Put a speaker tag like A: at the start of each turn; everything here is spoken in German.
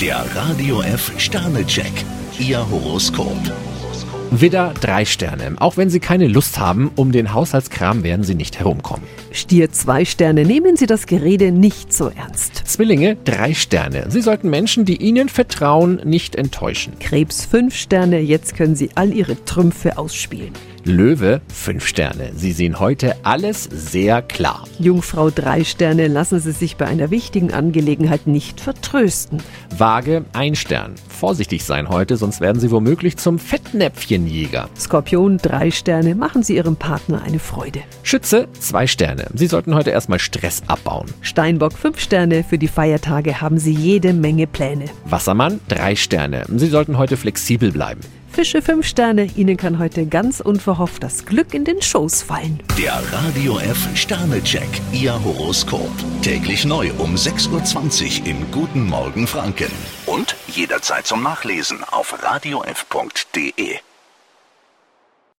A: Der Radio F Sternecheck, Ihr Horoskop.
B: Widder drei Sterne. Auch wenn Sie keine Lust haben, um den Haushaltskram werden Sie nicht herumkommen.
C: Stier zwei Sterne, nehmen Sie das Gerede nicht so ernst.
B: Zwillinge drei Sterne. Sie sollten Menschen, die Ihnen vertrauen, nicht enttäuschen.
C: Krebs fünf Sterne, jetzt können Sie all Ihre Trümpfe ausspielen.
B: Löwe fünf Sterne. Sie sehen heute alles sehr klar.
C: Jungfrau drei Sterne, lassen Sie sich bei einer wichtigen Angelegenheit nicht vertrösten.
B: Waage ein Stern. Vorsichtig sein heute, sonst werden Sie womöglich zum Fettnäpfchenjäger.
C: Skorpion drei Sterne, machen Sie Ihrem Partner eine Freude.
B: Schütze zwei Sterne. Sie sollten heute erstmal Stress abbauen.
C: Steinbock fünf Sterne, für die Feiertage haben Sie jede Menge Pläne.
B: Wassermann drei Sterne. Sie sollten heute flexibel bleiben.
C: Fische fünf Sterne, Ihnen kann heute ganz unverhofft das Glück in den Schoß fallen.
A: Der Radio F Sternecheck, Ihr Horoskop. Täglich neu um 6.20 Uhr im Guten Morgen Franken. Und jederzeit zum Nachlesen auf radiof.de.